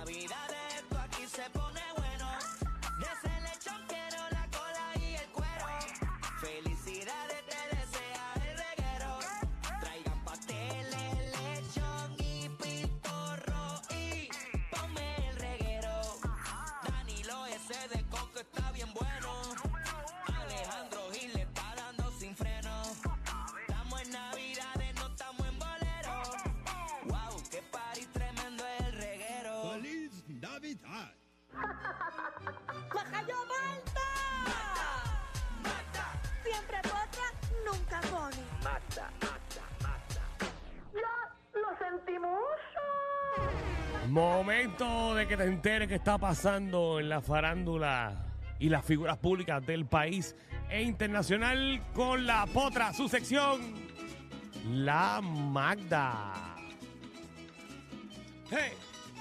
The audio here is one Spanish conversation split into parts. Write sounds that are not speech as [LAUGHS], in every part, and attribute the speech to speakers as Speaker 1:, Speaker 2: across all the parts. Speaker 1: Navidad esto aquí se pone bueno. De ese lechón quiero la cola y el cuero. Felicidades te desea el reguero. Traigan pasteles, lechón y pintorro. Y ponme el reguero. Danilo ese de coco está bien bueno. Alejandro Gil le está dando sin freno. Estamos en Navidades, no estamos en bolero. Wow, qué party tremendo el reguero.
Speaker 2: Feliz Navidad.
Speaker 3: ¡Majayo Malta! Siempre potra, nunca pone.
Speaker 4: Momento de que te enteres qué está pasando en la farándula y las figuras públicas del país e internacional con la potra, su sección, la Magda. Hey,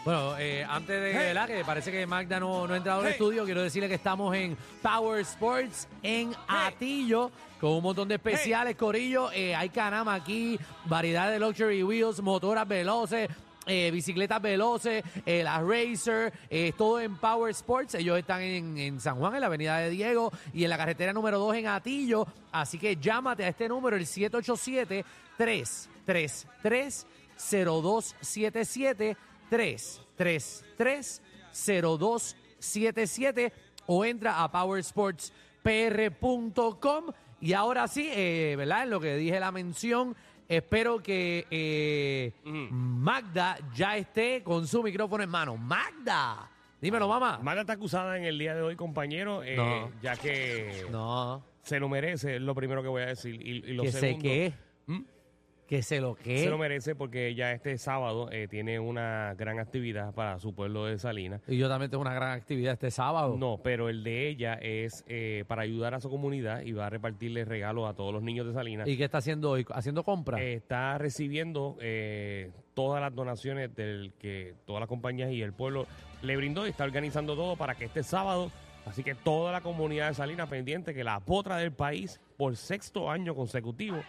Speaker 5: Bueno, eh, antes de
Speaker 4: Hey.
Speaker 5: ¿verdad? que parece que Magda no, no ha entrado al
Speaker 4: Hey.
Speaker 5: estudio, quiero decirle que estamos en Power Sports en Atillo con un montón de especiales, Corillo. Eh, hay canama aquí, variedad de luxury wheels, motoras veloces. eh, bicicletas veloces, eh, las Racer, eh, todo en Power Sports. Ellos están en, en San Juan, en la avenida de Diego y en la carretera número 2 en Atillo. Así que llámate a este número, el 787 333 0277 333-0277 o entra a powersportspr.com. Y ahora sí, eh, ¿verdad? En lo que dije la mención, espero que eh, Magda ya esté con su micrófono en mano. Magda, dímelo, mamá.
Speaker 4: Ah, Magda está acusada en el día de hoy, compañero, eh,
Speaker 5: No.
Speaker 4: ya que
Speaker 5: no,
Speaker 4: se lo merece, es lo primero que voy a decir. Y, y lo
Speaker 5: que eh. se
Speaker 4: segundo, ¿Mm?
Speaker 5: qué. Que se lo qué.
Speaker 4: se lo merece porque ya este sábado eh, tiene una gran actividad para su pueblo de Salinas.
Speaker 5: y yo también tengo una gran actividad este sábado.
Speaker 4: No, pero el de ella es eh, para ayudar a su comunidad y va a repartirle regalos a todos los niños de Salinas.
Speaker 5: ¿Y qué está haciendo hoy? ¿Haciendo compras?
Speaker 4: Eh, está recibiendo eh, todas las donaciones del que todas las compañías y el pueblo le brindó y está organizando todo para que este sábado, así que toda la comunidad de Salinas pendiente, que la potra del país por sexto año consecutivo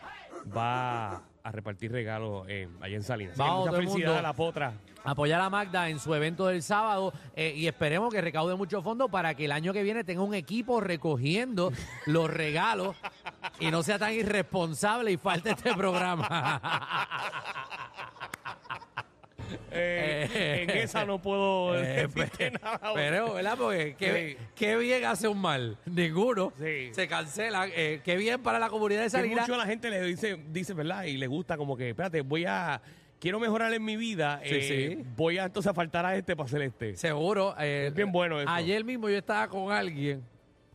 Speaker 4: va a repartir regalos eh, allá en Salinas. Así que
Speaker 5: Vamos,
Speaker 4: mucha
Speaker 5: todo el
Speaker 4: felicidad a
Speaker 5: mundo.
Speaker 4: la potra.
Speaker 5: apoyar a Magda en su evento del sábado eh, y esperemos que recaude mucho fondo para que el año que viene tenga un equipo recogiendo los regalos y no sea tan irresponsable y falte este programa.
Speaker 4: Eh,
Speaker 5: Eh,
Speaker 4: en esa no puedo
Speaker 5: [LAUGHS] Eh,
Speaker 4: decirte nada.
Speaker 5: Pero, ¿verdad? Porque qué,
Speaker 4: Sí.
Speaker 5: qué bien hace un mal. Ninguno.
Speaker 4: Sí.
Speaker 5: Se cancela. Eh, qué bien para la comunidad de
Speaker 4: Que
Speaker 5: Salinas.
Speaker 4: mucho a la gente le dice, dice, ¿verdad? Y le gusta como que, espérate, voy a... Quiero mejorar en mi vida.
Speaker 5: Sí,
Speaker 4: eh,
Speaker 5: sí.
Speaker 4: Voy a entonces a faltar a este para hacer este.
Speaker 5: Seguro. eh,
Speaker 4: Es bien bueno eso.
Speaker 5: Ayer mismo yo estaba con alguien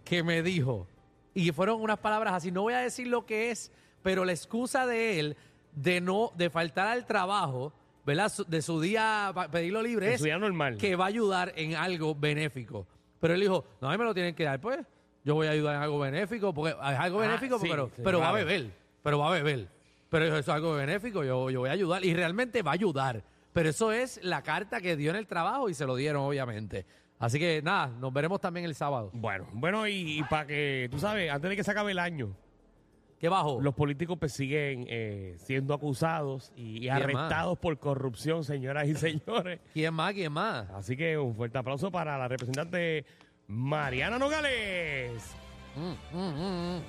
Speaker 5: que me dijo, y fueron unas palabras así, no voy a decir lo que es, pero la excusa de él de no, de faltar al trabajo, ¿verdad? Su- De su día, pa- pedirlo libre
Speaker 4: De
Speaker 5: es
Speaker 4: su día normal.
Speaker 5: que va a ayudar en algo benéfico. Pero él dijo, no, a mí me lo tienen que dar, pues yo voy a ayudar en algo benéfico, porque es algo
Speaker 4: Ah,
Speaker 5: benéfico,
Speaker 4: sí,
Speaker 5: pero,
Speaker 4: sí,
Speaker 5: pero va a
Speaker 4: vale.
Speaker 5: beber, pero va a beber. Pero dijo, eso es algo benéfico, yo, yo voy a ayudar. Y realmente va a ayudar. Pero eso es la carta que dio en el trabajo y se lo dieron, obviamente. Así que nada, nos veremos también el sábado.
Speaker 4: Bueno, bueno, y, para que, tú sabes, antes de que se acabe el año,
Speaker 5: ¿Qué bajo?
Speaker 4: los políticos pues siguen eh, siendo acusados y, y
Speaker 5: más?
Speaker 4: arrestados por corrupción, señoras y señores.
Speaker 5: ¿Quién más? ¿Quién más?
Speaker 4: Así que un fuerte aplauso para la representante Mariana Nogales.
Speaker 5: Mm, mm, mm, mm.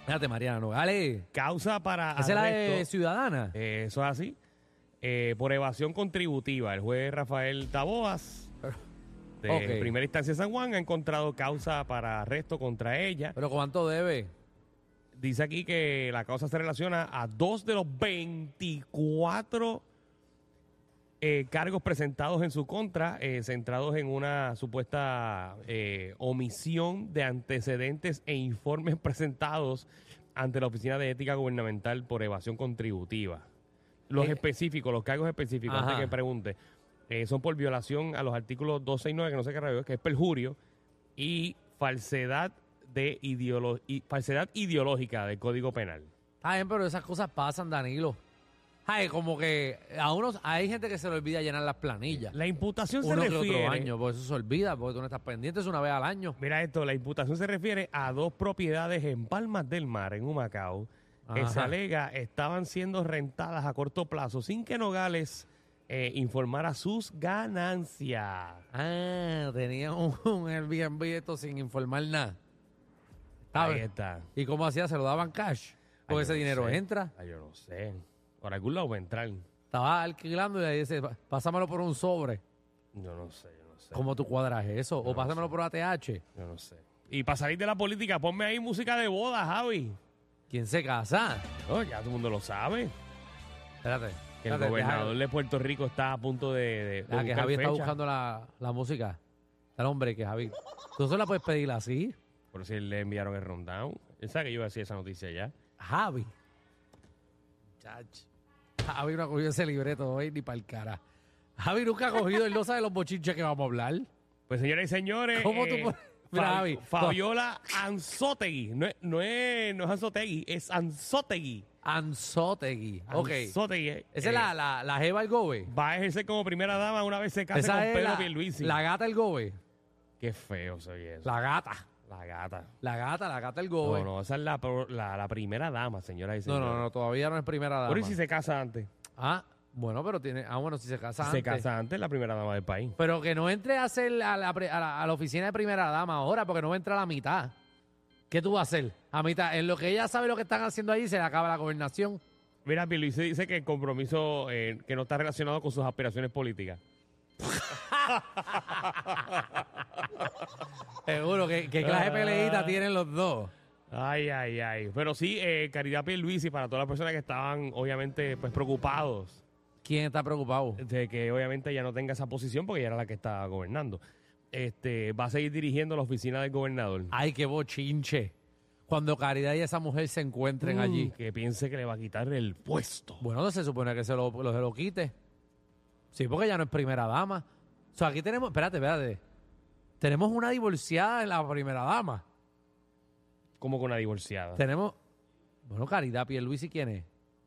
Speaker 5: Espérate, Mariana Nogales.
Speaker 4: Causa para
Speaker 5: Esa es la de
Speaker 4: arresto.
Speaker 5: Ciudadana.
Speaker 4: Eh, eso es así. Eh, por evasión contributiva, el juez Rafael Taboas, de
Speaker 5: Ok.
Speaker 4: primera instancia de San Juan, ha encontrado causa para arresto contra ella.
Speaker 5: Pero ¿cuánto debe?
Speaker 4: Dice aquí que la causa se relaciona a dos de los 24 eh, cargos presentados en su contra, eh, centrados en una supuesta eh, omisión de antecedentes e informes [LAUGHS] presentados ante la Oficina de Ética Gubernamental por evasión contributiva. Los
Speaker 5: Eh.
Speaker 4: específicos, los cargos específicos, antes
Speaker 5: Ajá.
Speaker 4: que pregunte. eh, son por violación a los artículos 269, que no sé qué rayos es, que es perjurio, y falsedad, de ideolo- y falsedad ideológica del Código Penal.
Speaker 5: Está bien, pero esas cosas pasan, Danilo. Ay, como que a unos hay gente que se le olvida llenar las planillas.
Speaker 4: La imputación se
Speaker 5: Uno que otro
Speaker 4: refiere...
Speaker 5: año, por eso se olvida, porque tú no estás pendiente, es una vez al año.
Speaker 4: Mira esto, la imputación se refiere a dos propiedades en Palmas del Mar, en Humacao, que
Speaker 5: Ajá.
Speaker 4: se alega estaban siendo rentadas a corto plazo sin que Nogales eh, informara sus ganancias.
Speaker 5: Ah, tenía un, [LAUGHS] un Airbnb esto sin informar nada. Está
Speaker 4: Ahí
Speaker 5: bien.
Speaker 4: está.
Speaker 5: ¿Y cómo hacía? ¿Se lo daban cash?
Speaker 4: Ay,
Speaker 5: Porque ese
Speaker 4: yo no
Speaker 5: dinero
Speaker 4: sé.
Speaker 5: entra.
Speaker 4: Ay, yo no sé. Por algún lado va a entrar.
Speaker 5: Estaba alquilando y ahí dice, "Pa- pásamelo por un sobre.
Speaker 4: Yo no sé, yo no sé.
Speaker 5: ¿Cómo tú cuadras eso?
Speaker 4: No
Speaker 5: O pásamelo
Speaker 4: sé.
Speaker 5: por ATH.
Speaker 4: Yo no sé. Y para salir de la política, ponme ahí música de boda, Javi.
Speaker 5: ¿Quién se casa?
Speaker 4: No, ya todo el mundo lo sabe.
Speaker 5: Espérate.
Speaker 4: Que el
Speaker 5: espérate,
Speaker 4: gobernador
Speaker 5: deja-
Speaker 4: de Puerto Rico está a punto de. de- de
Speaker 5: deja que
Speaker 4: buscar
Speaker 5: Javi está
Speaker 4: fecha.
Speaker 5: buscando la, la música. Dale hombre que Javi. Tú solo la puedes pedir así.
Speaker 4: Por si le enviaron el rundown. Él sabe que yo iba a decir esa noticia ya.
Speaker 5: Javi. Chach. Javi no ha cogido ese libreto hoy ni para el cara. Javi nunca ha cogido, él no sabe los bochinches que vamos a hablar.
Speaker 4: Pues señores y señores.
Speaker 5: ¿Cómo tú
Speaker 4: eh,
Speaker 5: pones- Mira,
Speaker 4: Fabi-
Speaker 5: Javi,
Speaker 4: Fabiola Anzotegui. No es, no es, no es Anzotegui, es Anzotegui.
Speaker 5: Anzotegui. Ok.
Speaker 4: Anzotegui. eh,
Speaker 5: Esa es
Speaker 4: eh,
Speaker 5: la, la, la Jeva del Gobe.
Speaker 4: Va a ejercer como primera dama una vez se case
Speaker 5: Esa
Speaker 4: con
Speaker 5: es
Speaker 4: Pedro
Speaker 5: la,
Speaker 4: Pierluisi.
Speaker 5: la gata del Gobe.
Speaker 4: Qué feo se oye eso.
Speaker 5: La gata.
Speaker 4: La gata.
Speaker 5: La gata, la gata del
Speaker 4: No,
Speaker 5: Gobe. No,
Speaker 4: no, esa es la, pro- la, la primera dama, señoras y
Speaker 5: no,
Speaker 4: señores.
Speaker 5: no, todavía no es primera dama.
Speaker 4: Pero ¿y si se casa antes?
Speaker 5: Ah, bueno, pero tiene. Ah, bueno, si se casa.
Speaker 4: Se
Speaker 5: antes.
Speaker 4: casa antes la primera dama del país.
Speaker 5: Pero que no entre a hacer a la, pre- a la- a la oficina de primera dama ahora, porque no va a entrar a la mitad. ¿Qué tú vas a hacer? A mitad. En lo que ella sabe lo que están haciendo ahí, se le acaba la gobernación.
Speaker 4: Mira, Pierluisi dice que el compromiso eh, que no está relacionado con sus aspiraciones políticas.
Speaker 5: Seguro, que qué clase de peleita tienen los dos?
Speaker 4: Ay, ay, ay. Pero sí, eh, Caridad Pierluisi, para todas las personas que estaban, obviamente, pues preocupados
Speaker 5: ¿Quién está preocupado?
Speaker 4: de que obviamente ella no tenga esa posición porque ella era la que estaba gobernando. Este, va a seguir dirigiendo la oficina del gobernador.
Speaker 5: Ay, qué bochinche. Cuando Caridad y esa mujer se encuentren allí.
Speaker 4: Que piense que le va a quitar el puesto.
Speaker 5: Bueno, no se supone que se lo, lo- se lo quite. Sí, porque ya no es primera dama. O sea, aquí tenemos, espérate, espérate. Tenemos una divorciada en la primera dama.
Speaker 4: Como con una divorciada.
Speaker 5: Tenemos, bueno, Caridad Pierluisi, ¿quién es?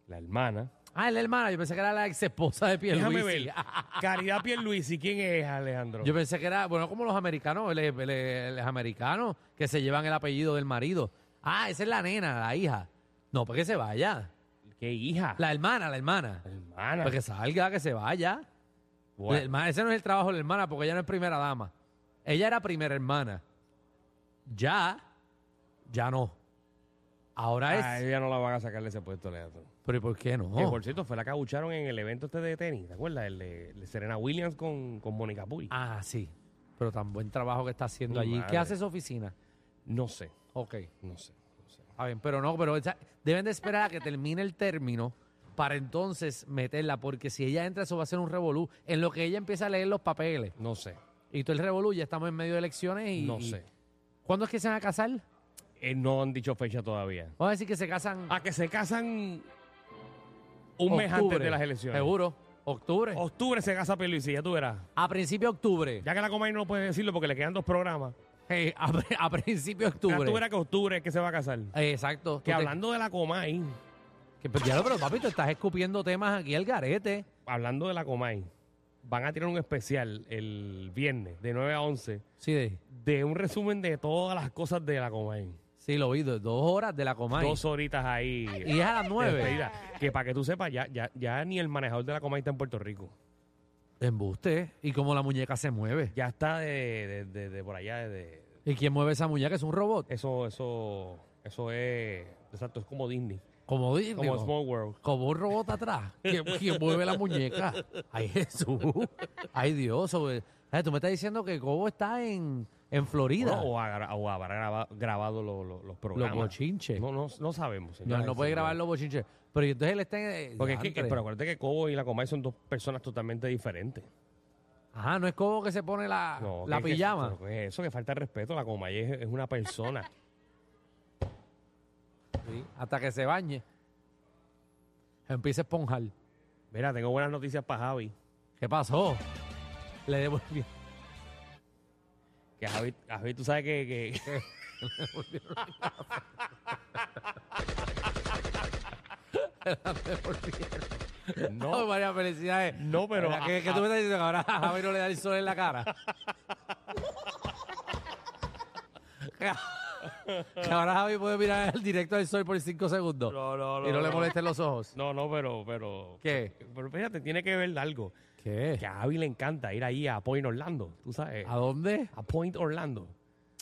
Speaker 4: La hermana.
Speaker 5: Ah, es la hermana. Yo pensé que era la ex esposa de Pierluisi.
Speaker 4: Déjame
Speaker 5: [LAUGHS]
Speaker 4: ver. Caridad Pierluisi, ¿quién es Alejandro?
Speaker 5: Yo pensé que era, bueno, como los americanos, los americanos que se llevan el apellido del marido. Ah, esa es la nena, la hija. No, porque se vaya.
Speaker 4: ¿Qué hija?
Speaker 5: La hermana, la hermana.
Speaker 4: La hermana.
Speaker 5: Porque salga, que se vaya.
Speaker 4: Bueno,
Speaker 5: La hermana- ese no es el trabajo de la hermana, porque ella no es primera dama. Ella era primera hermana. Ya, ya no. Ahora es.
Speaker 4: a ella no la van a sacar de ese puesto, Alejandro.
Speaker 5: Pero ¿y por qué no?
Speaker 4: Que, por cierto, fue la que abucharon en el evento este de tenis, ¿te acuerdas? El de el de Serena Williams con, con Mónica Puy.
Speaker 5: Ah, sí. Pero tan buen trabajo que está haciendo
Speaker 4: Mi
Speaker 5: allí.
Speaker 4: madre.
Speaker 5: ¿Qué hace su oficina?
Speaker 4: No sé,
Speaker 5: Ok.
Speaker 4: no sé, no sé.
Speaker 5: A ver, pero no, pero esa- deben de esperar a que termine el término para entonces meterla, porque si ella entra, eso va a ser un revolú. En lo que ella empieza a leer los papeles
Speaker 4: No sé,
Speaker 5: y todo el revolú, ya estamos en medio de elecciones y.
Speaker 4: no
Speaker 5: y-
Speaker 4: sé.
Speaker 5: ¿Cuándo es que se van a casar?
Speaker 4: Eh, no han dicho fecha todavía.
Speaker 5: Vamos a decir que se casan.
Speaker 4: A que se casan Ah, un mes antes
Speaker 5: octubre.
Speaker 4: de las elecciones.
Speaker 5: Seguro. Octubre.
Speaker 4: Octubre se casa Pierluisi, ya tú verás.
Speaker 5: a principio de octubre.
Speaker 4: Ya que la Comay no puede decirlo porque le quedan dos programas.
Speaker 5: Hey, a, pri- a principio de
Speaker 4: Ya
Speaker 5: octubre.
Speaker 4: tú verás que octubre es que se va a casar.
Speaker 5: Eh, Exacto.
Speaker 4: Que
Speaker 5: Tú te-
Speaker 4: hablando de la Comay,
Speaker 5: que- pero, ya lo- pero, papi, tú estás escupiendo temas aquí al garete.
Speaker 4: hablando de la Comay, van a tirar un especial el viernes de 9 a 11
Speaker 5: Sí, de-
Speaker 4: de un resumen de todas las cosas de la Comay.
Speaker 5: sí, lo oí. de Dos horas de la Comay.
Speaker 4: Dos horitas ahí.
Speaker 5: Y es a las
Speaker 4: de
Speaker 5: nueve.
Speaker 4: despedida. Que para que tú sepas, ya, ya, ya ni el manejador de la Comay está en Puerto Rico.
Speaker 5: Embuste. Y cómo la muñeca se mueve.
Speaker 4: Ya está de, de- de- de por allá. de- de-
Speaker 5: ¿Y quién mueve esa muñeca? Es un robot.
Speaker 4: eso, eso, eso es. Exacto, es como Disney.
Speaker 5: Como digo,
Speaker 4: Como Small World.
Speaker 5: como un robot atrás.
Speaker 4: [LAUGHS]
Speaker 5: ¿Quién, quién mueve la muñeca? Ay, Jesús. Ay, Dios. sobre- Ay, tú me estás diciendo que Cobo está en, en Florida.
Speaker 4: O, o habrá o habrá graba- grabado lo- lo- los programas.
Speaker 5: Los bochinches.
Speaker 4: No, no, no sabemos.
Speaker 5: No,
Speaker 4: señoras
Speaker 5: él no
Speaker 4: y
Speaker 5: puede
Speaker 4: señores.
Speaker 5: grabar los bochinches. Pero y entonces él está en. eh,
Speaker 4: Porque es que,
Speaker 5: Diantre.
Speaker 4: pero acuérdate que Cobo y la Comay son dos personas totalmente diferentes.
Speaker 5: Ajá, no es como que se pone la,
Speaker 4: No,
Speaker 5: Ah, la
Speaker 4: que- que-
Speaker 5: pijama.
Speaker 4: pero que eso que falta de respeto. La Comay es, es una persona.
Speaker 5: Sí, hasta que se bañe. Empieza a esponjar.
Speaker 4: Mira, tengo buenas noticias para Javi.
Speaker 5: ¿Qué pasó? Le devolvieron.
Speaker 4: Que a Javi, a Javi tú sabes que,
Speaker 5: [LAUGHS]
Speaker 4: que-
Speaker 5: No,
Speaker 4: no,
Speaker 5: [LAUGHS] María, felicidades.
Speaker 4: No, pero
Speaker 5: Mira, ¿Qué,
Speaker 4: a-
Speaker 5: qué tú me estás diciendo que ahora [LAUGHS] a Javi no le da el sol en la cara?
Speaker 4: [LAUGHS]
Speaker 5: que ahora Javi puede mirar el directo al sol por 5 segundos.
Speaker 4: No, no,
Speaker 5: Y
Speaker 4: no,
Speaker 5: no le
Speaker 4: no.
Speaker 5: molesten los ojos.
Speaker 4: no, no, pero, pero,
Speaker 5: ¿Qué?
Speaker 4: pero fíjate, tiene que ver algo. Que
Speaker 5: ¿Qué?
Speaker 4: a Javi le encanta ir ahí a Point Orlando, tú sabes.
Speaker 5: ¿A dónde?
Speaker 4: A Point Orlando.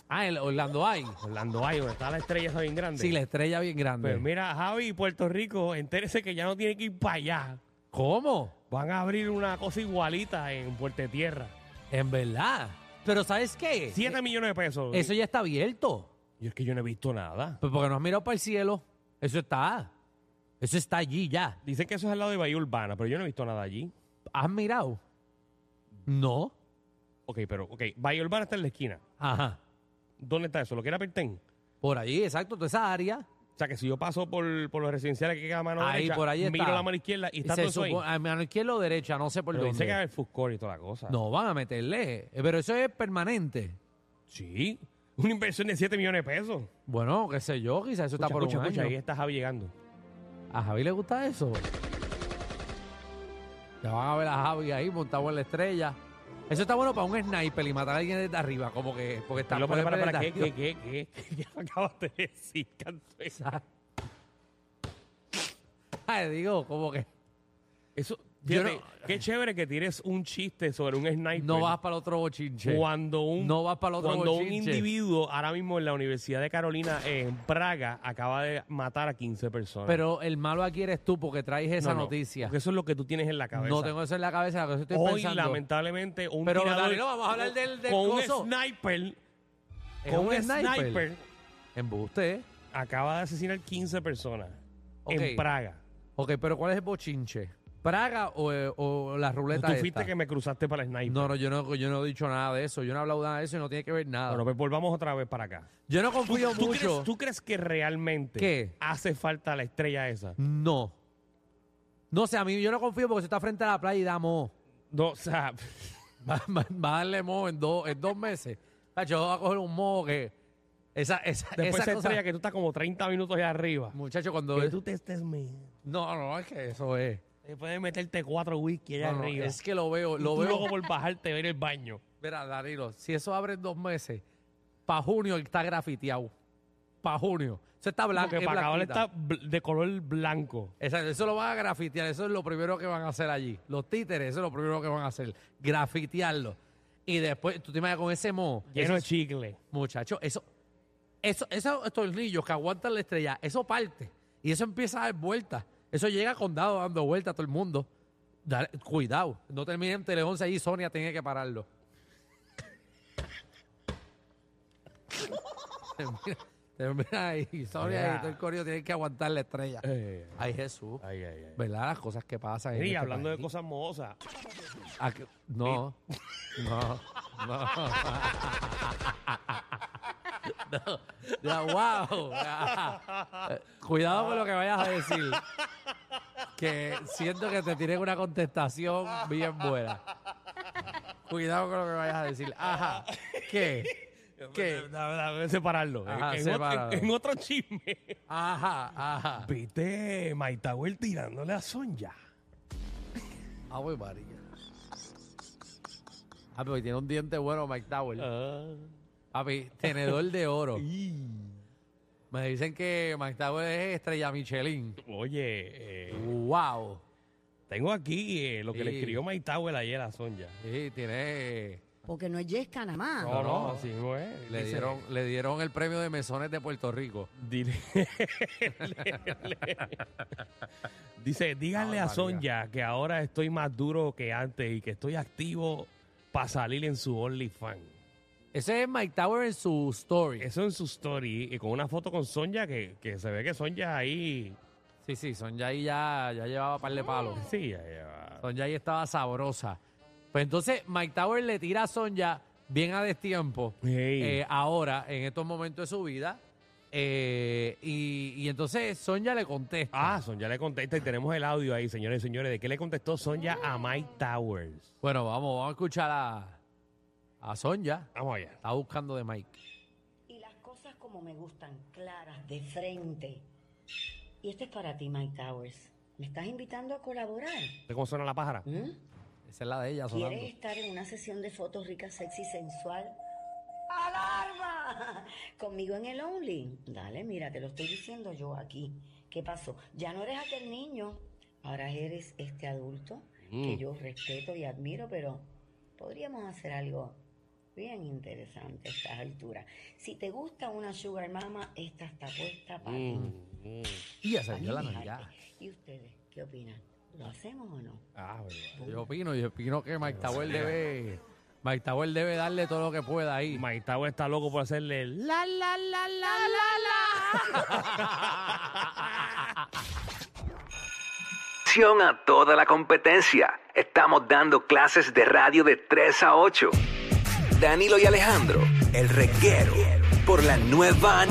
Speaker 5: Ah, en Orlando hay.
Speaker 4: Orlando hay, donde está la estrella esa bien grande.
Speaker 5: Sí, la estrella bien grande.
Speaker 4: Pues mira, Javi, Puerto Rico, entérese que ya no tiene que ir para allá.
Speaker 5: ¿Cómo?
Speaker 4: Van a abrir una cosa igualita en Puerto de Tierra.
Speaker 5: En verdad. Pero ¿sabes qué?
Speaker 4: 7 millones de pesos.
Speaker 5: Eh, Eso ya está abierto.
Speaker 4: Yo es que yo no he visto nada.
Speaker 5: Pues porque no has mirado para el cielo. Eso está. Eso está allí ya.
Speaker 4: Dicen que eso es al lado de Bahía Urbana, pero yo no he visto nada allí.
Speaker 5: ¿Has mirado? No.
Speaker 4: Ok, pero, ok, Bahía Urbana está en la esquina.
Speaker 5: Ajá.
Speaker 4: ¿Dónde está eso? ¿Lo que era Pertén?
Speaker 5: Por allí, exacto, toda esa área.
Speaker 4: O sea, que si yo paso por, por los residenciales que queda a mano
Speaker 5: Ahí,
Speaker 4: derecha,
Speaker 5: por ahí está.
Speaker 4: miro a la mano izquierda y está
Speaker 5: Se
Speaker 4: todo eso ahí.
Speaker 5: supo- A mano izquierda o derecha, no sé por
Speaker 4: Pero dice que
Speaker 5: dónde.
Speaker 4: hay el food court y toda la cosa.
Speaker 5: No, van a meterle. Eh, Pero eso es permanente.
Speaker 4: Sí, una inversión de 7 millones de pesos.
Speaker 5: Bueno, qué sé yo, quizás eso está
Speaker 4: Escucha,
Speaker 5: por
Speaker 4: escucha,
Speaker 5: un
Speaker 4: escucha, ahí
Speaker 5: año.
Speaker 4: está Javi llegando.
Speaker 5: A Javi le gusta eso. Ya van a ver a Javi ahí montado en la estrella. Eso está bueno para un sniper y matar a alguien desde arriba, como que porque está
Speaker 4: Pero,
Speaker 5: puede
Speaker 4: para, para,
Speaker 5: ver
Speaker 4: para, ¿qué,
Speaker 5: desde
Speaker 4: qué,
Speaker 5: arriba.
Speaker 4: qué, qué, qué, [LAUGHS] acabas de decir, canto eso?
Speaker 5: [LAUGHS] Ay, digo, como que
Speaker 4: Eso,
Speaker 5: Yo
Speaker 4: fíjate, qué chévere que tires un chiste sobre un sniper.
Speaker 5: no vas para el otro bochinche.
Speaker 4: Cuando un,
Speaker 5: No vas para el otro
Speaker 4: cuando un
Speaker 5: bochinche.
Speaker 4: individuo ahora mismo en la Universidad de Carolina eh, en Praga acaba de matar a 15 personas.
Speaker 5: Pero el malo aquí eres tú porque traes
Speaker 4: No,
Speaker 5: esa
Speaker 4: no,
Speaker 5: noticia.
Speaker 4: porque eso es lo que tú tienes en la cabeza.
Speaker 5: No tengo eso en la cabeza, lo que estoy
Speaker 4: Hoy,
Speaker 5: pensando.
Speaker 4: lamentablemente, un
Speaker 5: Pero,
Speaker 4: tirador
Speaker 5: Danilo, vamos a hablar del- del
Speaker 4: con
Speaker 5: coso.
Speaker 4: un sniper,
Speaker 5: Es
Speaker 4: con
Speaker 5: un
Speaker 4: un
Speaker 5: sniper.
Speaker 4: sniper,
Speaker 5: Embuste, ¿eh?
Speaker 4: acaba de asesinar 15 personas en
Speaker 5: Ok.
Speaker 4: Praga.
Speaker 5: Ok, pero ¿cuál es el bochinche? ¿Praga o, eh, o la ruleta
Speaker 4: Tú fuiste
Speaker 5: esta?
Speaker 4: que me cruzaste para el sniper.
Speaker 5: No, no yo, no, yo no he dicho nada de eso. Yo no he hablado nada de eso y no tiene que ver nada.
Speaker 4: Bueno, pues volvamos otra vez para acá.
Speaker 5: yo no
Speaker 4: ¿Tú,
Speaker 5: confío
Speaker 4: tú
Speaker 5: mucho.
Speaker 4: crees, tú crees que realmente
Speaker 5: ¿Qué?
Speaker 4: hace falta la estrella esa?
Speaker 5: No. No sé, a mí yo no confío porque se está frente a la playa y da mo.
Speaker 4: No, o sea, [LAUGHS]
Speaker 5: Va, va- va a darle mo en, dos- en dos meses. Tacho, Yo voy a coger un mo que... Esa, esa,
Speaker 4: después
Speaker 5: esa
Speaker 4: esa
Speaker 5: cosa-
Speaker 4: estrella que tú estás como 30 minutos allá arriba.
Speaker 5: Muchacho, cuando...
Speaker 4: Que tú te estés meando.
Speaker 5: No, no, es que eso es...
Speaker 4: Te puedes meterte cuatro whisky allá
Speaker 5: No, no,
Speaker 4: arriba.
Speaker 5: es que lo veo, lo
Speaker 4: Tú
Speaker 5: veo...
Speaker 4: luego por bajarte a ir al baño.
Speaker 5: Mira, Danilo, si eso abre en dos meses, para junio está grafiteado. Para junio. Eso está blanco.
Speaker 4: Porque
Speaker 5: Ah, es
Speaker 4: para acabar
Speaker 5: blanquita.
Speaker 4: está bl- de color blanco.
Speaker 5: Exacto, eso lo van a grafitear. Eso es lo primero que van a hacer allí. Los títeres, eso es lo primero que van a hacer. Grafitearlo. Y después, tú te imaginas con ese mo.
Speaker 4: Lleno de
Speaker 5: esos-
Speaker 4: chicle.
Speaker 5: Muchacho, eso, eso, esos tornillos que aguantan la estrella, eso parte. Y eso empieza a dar vueltas. Eso llega condado dando vueltas a todo el mundo. Dale, cuidado, no termine en Tele 11 ahí, Sonia tiene
Speaker 4: [LAUGHS]
Speaker 5: que pararlo. termina, termina ahí, Sonia y todo el corillo tienen que aguantar la estrella.
Speaker 4: Eh,
Speaker 5: Ay, Jesús.
Speaker 4: ay, ay, ay.
Speaker 5: ¿Verdad? Las cosas que pasan. en
Speaker 4: Y
Speaker 5: este
Speaker 4: hablando de
Speaker 5: país.
Speaker 4: cosas mohosas.
Speaker 5: Ah, que- No, no, no. No, ya, wow. ya. Eh, Cuidado con lo que vayas a decir. Que siento que te tienen una contestación bien buena. Cuidado con lo que vayas a decir. Ajá. ¿Qué? ¿Qué?
Speaker 4: Dame, dame, separarlo.
Speaker 5: Ajá,
Speaker 4: en, en otro-
Speaker 5: sepáralo.
Speaker 4: en- en otro chisme.
Speaker 5: Ajá, ajá.
Speaker 4: [LAUGHS] Viste Maitagüel tirándole a Sonja.
Speaker 5: Ah, voy, María. Ah, pero tiene un diente bueno, Mike Tower.
Speaker 4: Ah.
Speaker 5: Papi, tenedor
Speaker 4: [LAUGHS]
Speaker 5: de oro. Me dicen que McDowell es estrella Michelin.
Speaker 4: Oye, eh,
Speaker 5: ¡Wow!
Speaker 4: tengo aquí eh, lo que le
Speaker 5: Sí.
Speaker 4: escribió Maitagüel ayer a Sonja.
Speaker 5: Sí, tiene.
Speaker 6: Porque no es yesca nada más.
Speaker 4: No, no,
Speaker 5: Ah. no.
Speaker 4: así no es.
Speaker 5: Le
Speaker 4: Dice,
Speaker 5: dieron, le dieron el premio de mesones de Puerto Rico.
Speaker 4: dile- [LAUGHS] Dice, díganle a
Speaker 5: María.
Speaker 4: Sonja que ahora estoy más duro que antes y que estoy activo para salir en su OnlyFans.
Speaker 5: Ese es Mike Tower en su story.
Speaker 4: Eso en su story, y con una foto con Sonja que, que se ve que Sonja ahí.
Speaker 5: Sí, sí, Son Jay ya, ya llevaba par de palos.
Speaker 4: Sí, ya lleva.
Speaker 5: Son Jay estaba sabrosa. Pues entonces Mike Tower le tira a Sonja bien a destiempo.
Speaker 4: Ey.
Speaker 5: eh, ahora, en estos momentos de su vida. Eh, y, y entonces Sonia le contesta.
Speaker 4: Ah, Sonja le contesta y tenemos el audio ahí, señores y señores. ¿De qué le contestó Sonja a Mike Towers?
Speaker 5: Bueno, vamos, vamos a escuchar a, a Sonia.
Speaker 4: Vamos allá.
Speaker 5: Está buscando de Mike.
Speaker 6: Y las cosas como me gustan, claras, de frente. Y este es para ti, Mike Towers. ¿Me estás invitando a colaborar?
Speaker 4: ¿Ve cómo suena la pájara?
Speaker 6: ¿Mm?
Speaker 5: Esa es la de ella sonando.
Speaker 6: ¿Quieres estar en una sesión de fotos rica, sexy, sensual? ¡Alarma! [LAUGHS] Conmigo en el Only. Dale, mira, te lo estoy diciendo yo aquí. ¿Qué pasó? Ya no eres aquel niño. Ahora eres este adulto que
Speaker 4: Mm.
Speaker 6: yo respeto y admiro, pero podríamos hacer algo bien interesante a estas alturas. Si te gusta una sugar mama, esta está puesta para ti.
Speaker 4: Mm, mm.
Speaker 5: Y ya
Speaker 6: Para
Speaker 5: salió la
Speaker 6: mí,
Speaker 5: Navidad.
Speaker 6: arte. ¿Y ustedes qué opinan? ¿Lo hacemos o no?
Speaker 4: Ah, verdad.
Speaker 5: Yo opino, yo opino que Mike Tower debe. Mike Tower debe darle todo lo que pueda ahí.
Speaker 4: Mike Towers está loco por hacerle el la la la la
Speaker 7: Atención a toda la competencia. Estamos dando clases de radio de 3 a 8. Danilo y Alejandro, el reguero, por la nueva